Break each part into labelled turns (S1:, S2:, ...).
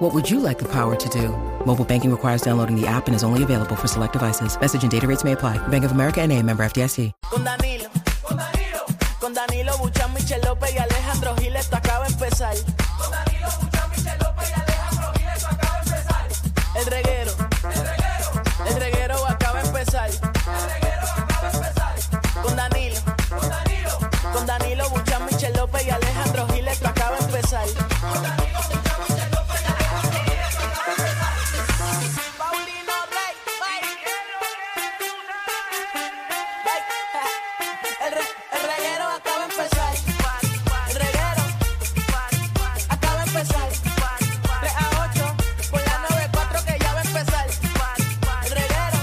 S1: What would you like the power to do? Mobile banking requires downloading the app and is only available for select devices. Message and data rates may apply. Bank of America and a member FDIC.
S2: Con Danilo, con Danilo, con Danilo Buchan, Michel López y Alejandro Gil, esto acaba de empezar. Con Danilo Buchan, Michel López y Alejandro Gil, esto acaba de empezar. El reguero, el reguero, el reguero acaba de empezar. El reguero acaba de empezar. Con Danilo, con Danilo, con Danilo Buchan, Michel López y Alejandro Gil, esto acaba de empezar. Con Danilo Buchan, Michel López y Alejandro Gil, esto acaba de empezar. Paulino Rey, El, re- el reguero acaba de empezar. El reguero acaba de empezar. 3 a 8 por la 94 que ya va a empezar. El reguero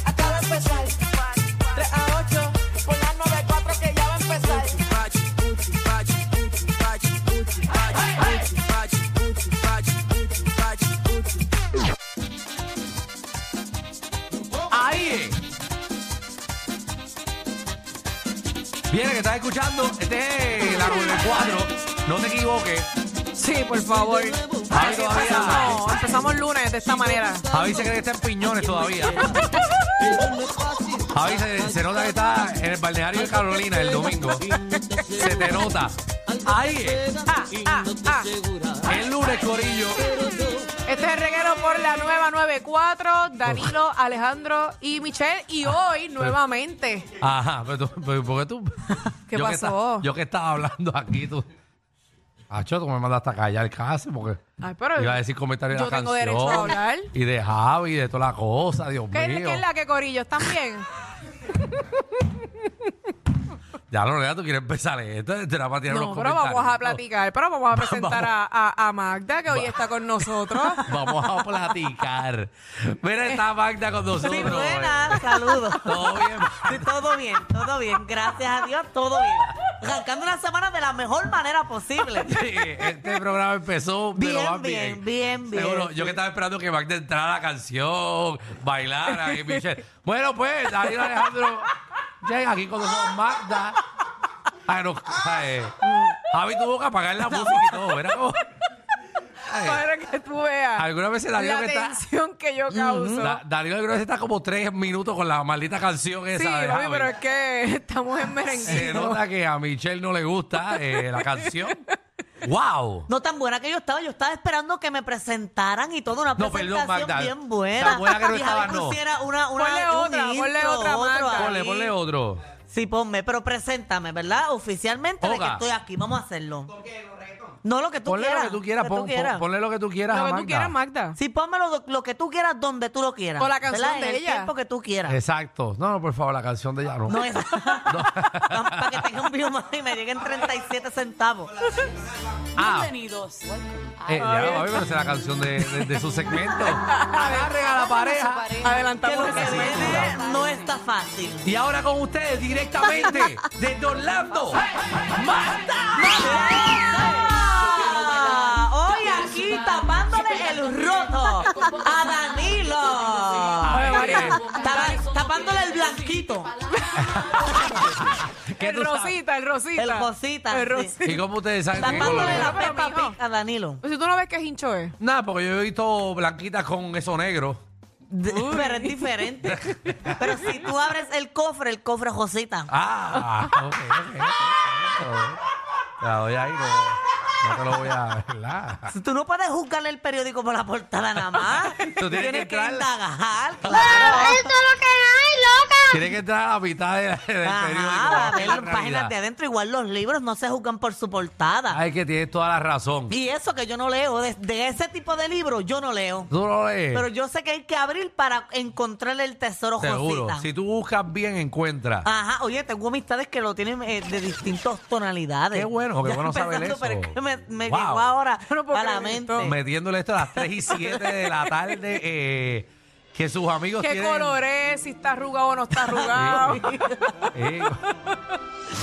S2: acaba de empezar. 3 a 8 por la 94 que ya va a empezar. Ay, ay.
S3: Ahí es. Viene que estás escuchando. Este es la 94. No te equivoques.
S4: Sí, por favor.
S3: Javi todavía.
S4: Empezamos, empezamos lunes de esta manera.
S3: Javi se cree que está en piñones todavía. Javi se, se nota que está en el balneario de Carolina el domingo. Se te nota. Ahí es.
S4: Ah, ah, ah.
S3: El lunes, Corillo.
S4: Este es el reguero por la nueva 94, Danilo, Alejandro y Michelle. Y
S3: Ah.
S4: hoy, nuevamente,
S3: Ajá, pero, tú- pero ¿por qué tú?
S4: ¿Qué
S3: yo Que
S4: pasó?
S3: esta- yo que estaba hablando aquí, tú. Acho, tú me mandaste a callar casi porque
S4: Ay, pero
S3: iba a decir comentarios de
S4: yo
S3: la
S4: tengo
S3: canción.
S4: derecho a hablar.
S3: Y de Javi, y de toda la cosa, Dios
S4: ¿qué,
S3: mío.
S4: es- qué es la que corillo? ¿Están bien?
S3: Ya lo lea, tú quieres empezar esto, te la para tirar
S4: No,
S3: unos
S4: pero vamos a
S3: comentarios.
S4: platicar. Pero vamos a presentar a, a- a Magda, que hoy está con nosotros.
S3: Vamos a platicar. Mira, está Magda con nosotros.
S5: Muy
S3: eh.
S5: buenas, saludos.
S3: Todo bien.
S5: Sí, todo bien, todo bien. Gracias a Dios, todo bien. Arrancando una semana de la mejor manera posible.
S3: Sí, Este programa empezó de lo
S5: Bien,
S3: más bien,
S5: bien, bien, bien.
S3: Seguro, yo que estaba esperando que Magda entrara la canción, bailara y Michelle. Bueno, pues, Daniel Alejandro llega aquí con nosotros Magda. Ay, no, ay, Javi tuvo que apagar la música y todo, ¿verdad? Como- Ay,
S4: Para que tú veas
S3: alguna vez se Danilo
S4: la
S3: Eh. que está.
S4: tensión que yo causo.
S3: Da- Danilo alguna vez está como tres minutos con la maldita canción
S4: Sí,
S3: esa. ah, de
S4: papi,
S3: Javi. Eh,
S4: pero es que estamos en
S3: Se
S4: merenguito.
S3: nota que a Michelle no le gusta eh, la canción. ¡Wow!
S5: No tan buena que yo estaba, yo estaba esperando que me presentaran y toda una
S3: No, perdón,
S5: presentación
S3: Magda.
S5: bien buena.
S3: Tan buena que no
S5: Y Javi
S3: estaba, no.
S5: pusiera una, una,
S4: Ponle
S5: un
S4: otra, ponle
S5: intro,
S4: otra,
S5: otro
S4: Magda.
S5: ahí.
S3: Ponle, ponle otro.
S5: Sí, ponme, pero preséntame, ¿verdad? Oficialmente de
S3: Oga.
S5: que estoy aquí, vamos a hacerlo. No, lo que tú
S3: Ponle
S5: quieras.
S3: lo que tú quieras. pon- pon- ponle lo que tú quieras
S4: Lo
S3: a
S4: que tú
S3: Magda.
S4: quieras, Magda.
S5: Sí, pónmelo lo, lo que tú quieras, donde tú lo quieras.
S4: O la canción
S5: ¿verdad? En
S4: de
S5: el
S4: ella.
S5: tiempo que tú quieras.
S3: Exacto. No, no, por favor, la canción de ella no.
S5: No es. Para que tenga un view más y me lleguen 37 centavos.
S3: Ah. Eh, ya, a pero es la canción de, de- de su segmento. Agarren a la pareja.
S5: Que
S4: Adelantamos
S5: lo
S4: el
S5: que
S4: segmento.
S5: viene no está fácil.
S3: Y ahora con ustedes directamente desde Orlando, Magda.
S5: Ah, Hoy aquí tapándole el roto a Danilo.
S3: Ay, María,
S5: Tapa- Tapándole el blanquito.
S3: ¿qué
S4: el
S3: tú sabes?
S4: rosita, el rosita.
S5: El rosita,
S4: El
S5: sí.
S4: rosita.
S3: ¿Y cómo ustedes saben de qué color
S5: Tapándole
S3: es?
S5: la
S4: Pero,
S5: pepa
S4: mijo.
S5: pic a Danilo.
S4: Pues si tú no ves que es hincho es.
S3: Nada, porque yo he visto blanquitas con eso negro.
S5: De- Pero es diferente. Pero si tú abres el cofre, el cofre es Rosita.
S3: Ah, ok, ok. La doy ahí, no, no te lo voy a ¿verdad?
S5: Tú no puedes juzgarle el periódico por la portada nada más.
S3: tienes que
S5: Tú tienes que
S3: entrar-
S5: indagar, claro.
S3: Tiene que entrar a la mitad de la- del periódico.
S5: Ajá, a ver
S3: la
S5: las páginas de
S3: realidad.
S5: adentro. Igual los libros no se juzgan por su portada.
S3: Ay, que tienes toda la razón.
S5: Y eso que yo no leo, de, de ese tipo de libros yo no leo.
S3: Tú lo lees.
S5: Pero yo sé que hay que abrir para encontrarle el tesoro
S3: Seguro.
S5: Josita.
S3: Si tú buscas bien, encuentras.
S5: Ajá, oye, tengo amistades que lo tienen eh, de distintas tonalidades.
S3: Qué bueno, qué
S5: Ya
S3: bueno saber
S5: empezando, Pero es
S3: eso.
S5: que me, me
S3: Wow.
S5: llegó ahora
S4: Yo no puedo
S5: a la
S4: creer
S5: mente.
S4: esto.
S3: Metiéndole esto a las 3 y 7 de la tarde. eh, que sus amigos
S4: ¿Qué
S3: tienen.
S4: color es? Si está arrugado o no está arrugado.
S3: Eh,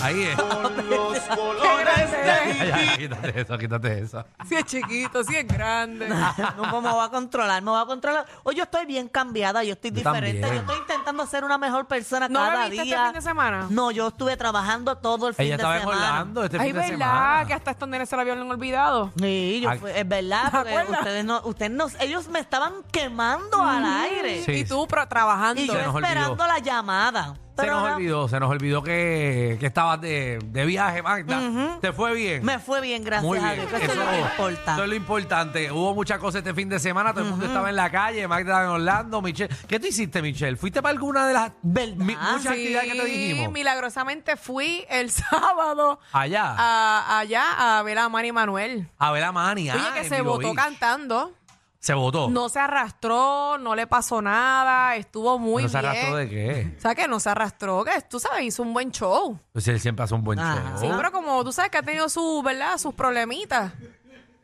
S3: ahí es.
S4: ¿Qué grande es?
S3: Ay, ay, quítate eso, quítate eso.
S4: Si es chiquito, si es grande.
S5: No, pues me voy a controlar, me voy a controlar. Hoy yo estoy bien cambiada, yo estoy
S3: Yo
S5: diferente,
S3: también.
S5: yo estoy intentando ser una mejor persona
S4: ¿No me
S5: cada
S4: viste este
S5: día.
S4: fin de semana?
S5: No, yo estuve trabajando todo el fin
S3: Ella
S5: de
S3: estaba en
S5: semana.
S3: Orlando este
S4: Ay,
S3: fin de
S4: verdad,
S3: semana.
S4: que hasta estos nenes se lo habían olvidado.
S5: Sí, yo
S3: Ay.
S5: fui- es verdad, porque ustedes no, ustedes no, ellos me estaban quemando al
S4: Mm.
S5: aire.
S3: Sí,
S4: y
S3: sí.
S4: tú pro- trabajando.
S5: Y yo
S3: Se nos olvidó.
S5: esperando la llamada.
S3: Se
S5: Pero
S3: nos
S5: ahora
S3: olvidó, se nos olvidó que, que estabas de, de viaje, Magda. ¿Te fue bien?
S5: Me fue bien, gracias
S3: Muy
S5: a
S3: bien.
S5: Dios. que Eso, es lo que importa.
S3: eso es lo importante. Hubo muchas cosas este fin de semana. Todo el mundo estaba en la calle. Magda estaba en Orlando. Michelle. ¿Qué tú hiciste, Michelle? ¿Fuiste para alguna de las
S5: ¿Verdad?
S3: mi- muchas
S4: Sí,
S3: actividades que te dijimos?
S4: milagrosamente fui el sábado
S3: Allá. A,
S4: a- allá a ver a Manny Manuel.
S3: ver a Manny.
S4: Oye,
S3: ah,
S4: que
S3: en
S4: se
S3: Vivo
S4: votó
S3: Beach. Oh.
S4: cantando.
S3: Se votó.
S4: No se arrastró, no le pasó nada, estuvo muy
S3: ¿No se
S4: bien.
S3: arrastró de qué?
S4: O sea, que no se arrastró, que tú sabes, hizo un buen show.
S3: Pues él siempre hace un buen
S5: Ajá.
S3: show.
S4: Sí, pero como tú sabes que ha tenido sus, ¿verdad? Sus problemitas.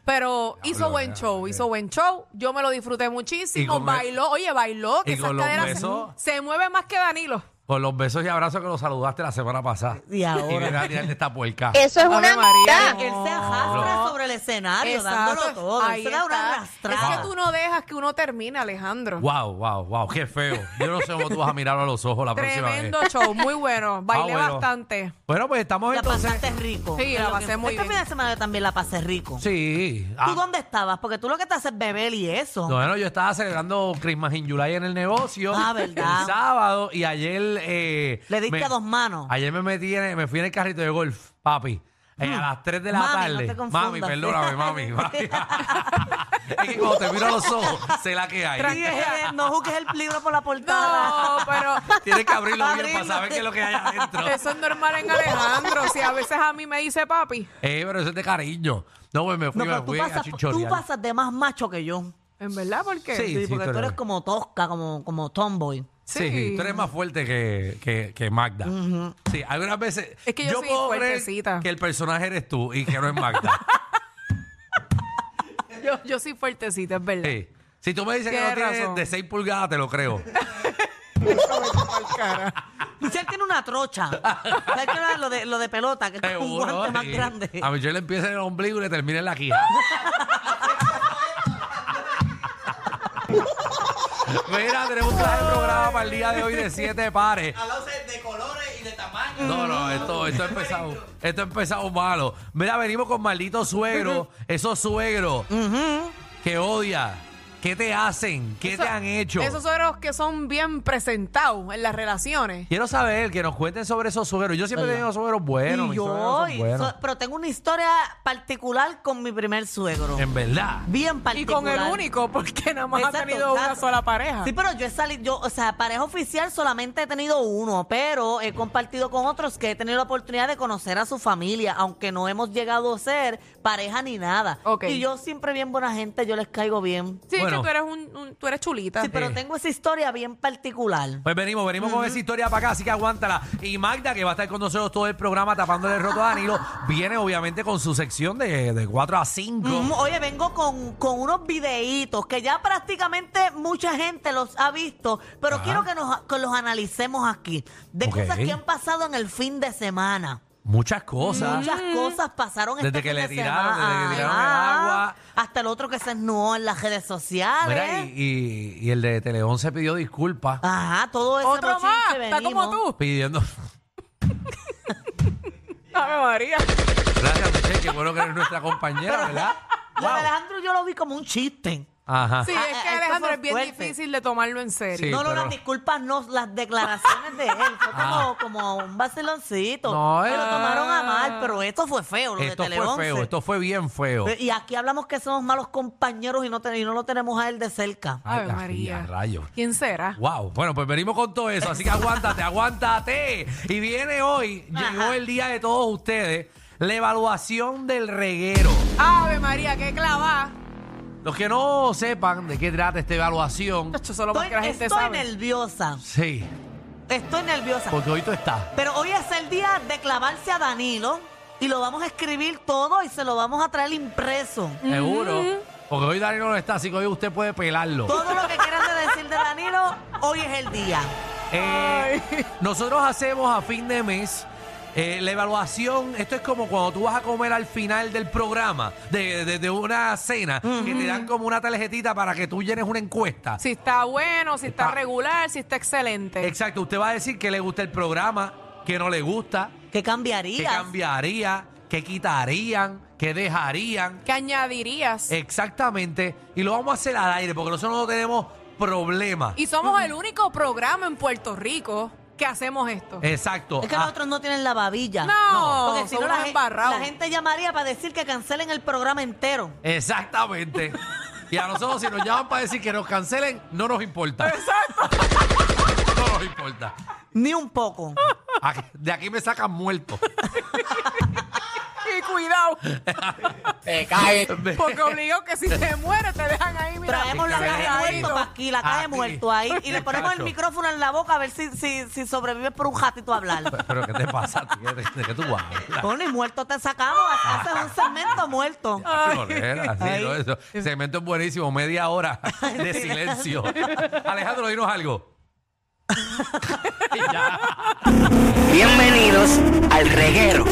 S4: Pero hizo buen
S3: ya,
S4: show,
S3: Ah, ok.
S4: hizo buen show. Yo me lo disfruté
S3: Y
S4: muchísimo.
S3: con-
S4: Bailó, oye, bailó.
S3: y
S4: Que esas
S3: con los
S4: caderas se,
S3: besos.
S4: se mueve más que Danilo.
S3: Con los besos y abrazos que lo saludaste la semana pasada.
S5: Y ahora.
S3: viene a tirar de esta puerca.
S6: Eso es una
S4: Ave María,
S6: amistad.
S5: Él se arrastra sobre el escenario, dándolo todo. Él
S4: Ahí
S5: se da una
S4: está.
S5: arrastrada.
S4: Es que tú no dejas que uno termine, Alejandro.
S3: Wow, wow, wow, qué feo. Yo no sé cómo tú vas a mirarlo a los ojos la próxima
S4: Tremendo
S3: vez.
S4: show, muy bueno. Bailé
S3: Ah, bueno.
S4: bastante.
S3: Bueno, pues estamos
S5: La
S3: entonces.
S5: pasaste rico.
S4: Sí, la
S5: Lo que-
S4: pasé muy
S5: Este
S4: bien.
S5: fin de semana yo también la pasé rico.
S3: Sí.
S5: ¿Tú
S3: Ah,
S5: dónde estabas? Porque tú lo que te haces es beber y eso.
S3: Bueno, yo estaba celebrando Christmas in July en el negocio.
S5: Ah, ¿verdad?
S3: El sábado y ayer. eh,
S5: Le diste a dos manos.
S3: Ayer me metí, en, me fui en el carrito de golf, papi. eh, a las 3 de la
S5: Mm. Mami, no
S3: tarde.
S5: te confundas.
S3: mami, perdóname, mami. mami. es que cuando te miro a los ojos, sé la que hay.
S5: Sí, eh, no juzgues el libro por la portada.
S4: No, pero
S3: Tienes que abrirlo bien para
S5: Abrirlo.
S3: saber qué es lo que hay adentro.
S4: eso es normal en Alejandro. Si a veces a mí me dice papi.
S3: Eh, pero eso es de cariño. No, pues me fui, me
S5: pero tú
S3: fui a
S5: pasas, tú
S3: chinchorear.
S5: pasas de más macho que yo.
S4: ¿En verdad? ¿Por qué?
S3: Sí,
S5: Sí, porque
S3: tú
S5: tú
S3: eres.
S5: eres como tosca, como, como tomboy.
S3: Sí, sí, tú eres más fuerte que, que, que Magda. Sí, algunas veces.
S4: Es que yo soy
S3: puedo creer
S4: fuertecita.
S3: Que el personaje eres tú y que no es Magda.
S4: Yo, yo soy fuertecita, es verdad.
S3: Sí. Si tú me dices que no
S4: Tienes
S3: tienes
S4: razón.
S3: de 6 pulgadas, te lo creo.
S5: Michelle tiene una trocha. ¿Sabes qué era lo de, lo de pelota? Que es como un
S3: Seguro.
S5: guante más
S3: sí.
S5: grande.
S4: Ah,
S3: A Michelle le empieza en el ombligo y le termina en la quija. Mira, tenemos un traje de programa para el día de hoy de siete pares. No, no, esto, esto ha empezado, esto ha empezado malo. Mira, venimos con malditos suegros, esos suegros que odia. ¿Qué te hacen? ¿Qué te han hecho?
S4: Esos son los que son bien presentados en las relaciones.
S3: Quiero saber, que nos cuenten sobre esos suegros. Yo siempre he tenido suegros buenos.
S5: y
S3: mis
S5: yo,
S3: suegros son
S5: y
S3: buenos.
S5: so- pero tengo una historia particular con mi primer suegro.
S3: En verdad.
S5: Bien
S4: Em. Y
S5: particular.
S4: con el único, porque nada más ha
S5: Exacto,
S4: tenido una
S5: exacto.
S4: sola pareja.
S5: Sí, pero yo he salido, yo, o sea, pareja oficial solamente he tenido uno, pero he compartido con otros que he tenido la oportunidad de conocer a su familia, aunque no hemos llegado a ser pareja ni nada.
S4: Ok.
S5: Y yo siempre bien buena gente, yo les caigo bien.
S4: Sí,
S3: Bueno.
S4: que tú eres, un, un- tú eres chulita.
S5: Sí, pero
S3: Sí.
S5: tengo esa historia bien particular.
S3: Pues venimos, venimos con esa historia para acá, así que aguántala. Y Magda, que va a estar con nosotros todo el programa tapándole el roto a Danilo, viene obviamente con su sección de, de 4 a 5.
S5: Mm, Oye, vengo con, con unos videitos que ya prácticamente mucha gente los ha visto, pero
S3: Ajá.
S5: quiero que, nos, que los analicemos aquí, de
S3: Ok.
S5: cosas que han pasado en el fin de semana.
S3: Muchas cosas.
S5: Muchas
S4: Mm.
S5: cosas pasaron
S3: Desde
S5: este
S3: que
S5: fin
S3: le
S5: de
S3: tiraron,
S5: semana.
S3: desde que le tiraron el
S5: Ajá.
S3: agua.
S5: Hasta el otro que se esnuó en las redes sociales.
S3: Mira, y, y- y el de Teleón se pidió disculpas
S5: Ajá, todo ese
S4: Otro
S5: bochinche
S4: más, está
S5: venimos.
S4: como tú.
S3: pidiendo.
S4: Ave María.
S3: Gracias, Michelle, qué bueno que eres nuestra compañera, ¿verdad?
S5: Lo de
S3: Wow.
S5: Alejandro yo lo vi como un chiste.
S3: Ajá.
S4: Sí,
S5: Ah,
S4: es
S5: ah,
S4: que
S5: esto
S4: Alejandro
S5: fue
S4: es bien
S5: fuerte.
S4: difícil de tomarlo en serio.
S3: Sí,
S5: no, no,
S3: pero-
S5: las disculpas no, las declaraciones de él. Fue
S3: Ah.
S5: como, como un vaciloncito.
S3: No,
S5: Se
S3: eh.
S5: lo tomaron a mal, pero esto fue feo, lo
S3: Esto
S5: de Tele
S3: fue
S5: 11.
S3: feo, esto fue bien feo.
S5: Y aquí hablamos que somos malos compañeros y no, te- y no lo tenemos a él de cerca.
S4: Ave
S3: Ay,
S4: María.
S3: a rayos.
S4: ¿Quién será?
S3: Wow, bueno, pues venimos con todo eso, así que aguántate, aguántate. Y viene hoy, llegó el día de todos ustedes, la evaluación del reguero.
S4: Ave María, qué clavá.
S3: Los que no sepan de qué trata esta evaluación,
S4: Esto solo
S5: Estoy,
S4: porque la gente
S5: estoy
S4: sabe.
S5: nerviosa.
S3: sí,
S5: Estoy nerviosa.
S3: porque hoy tú estás.
S5: Pero hoy es el día de clavarse a Danilo y lo vamos a escribir todo y se lo vamos a traer impreso.
S3: Seguro. Porque hoy Danilo no está, así que hoy usted puede pelarlo.
S5: Todo lo que quieran de decir de Danilo, Hoy es el día.
S3: Eh, nosotros hacemos a fin de mes eh, la evaluación. Esto es como cuando tú vas a comer al final del programa, de, de- de una cena, que te dan como una tarjetita para que tú llenes una encuesta.
S4: Si está bueno, si está
S3: Está-
S4: regular, si está excelente.
S3: Exacto, usted va a decir que le gusta el programa, que no le gusta,
S5: ¿Qué
S3: que
S5: cambiarías?
S3: cambiaría, que quitarían, que dejarían.
S4: ¿Qué añadirías?
S3: Exactamente. Y lo vamos a hacer al aire porque nosotros no tenemos problema.
S4: y somos el único programa en Puerto Rico que hacemos esto.
S3: Exacto.
S5: Es que
S3: Ah,
S5: los otros no tienen la babilla.
S4: no,
S5: Porque si no,
S4: somos
S5: la, gen-
S4: embarrados.
S5: la gente llamaría para decir que cancelen el programa entero.
S3: Exactamente. Y a nosotros si nos llaman para decir que nos cancelen, no nos importa. Exacto. No nos importa.
S5: Ni un poco.
S3: Aquí- de aquí me sacan muerto.
S4: Y cuidado,
S2: Te cae.
S4: porque obligado que si te muere te dejan ahí. Mira,
S5: Traemos la
S3: que
S5: caja de
S4: picadito.
S5: muerto para aquí, la caja de
S3: Ah, sí.
S5: muerto ahí. Y le ponemos el
S3: Exacto.
S5: micrófono en la boca a ver si, si, si sobrevives por un ratito a hablar.
S3: Pero, pero ¿qué te pasa, tío? ¿De, de qué tú hablas?
S5: Bueno, y muerto te sacamos. Haces un segmento muerto.
S3: Qué horrera, sí, ¿no? Eso. Cemento es buenísimo, media hora de silencio. Alejandro, dinos algo.
S6: Bienvenidos al reguero.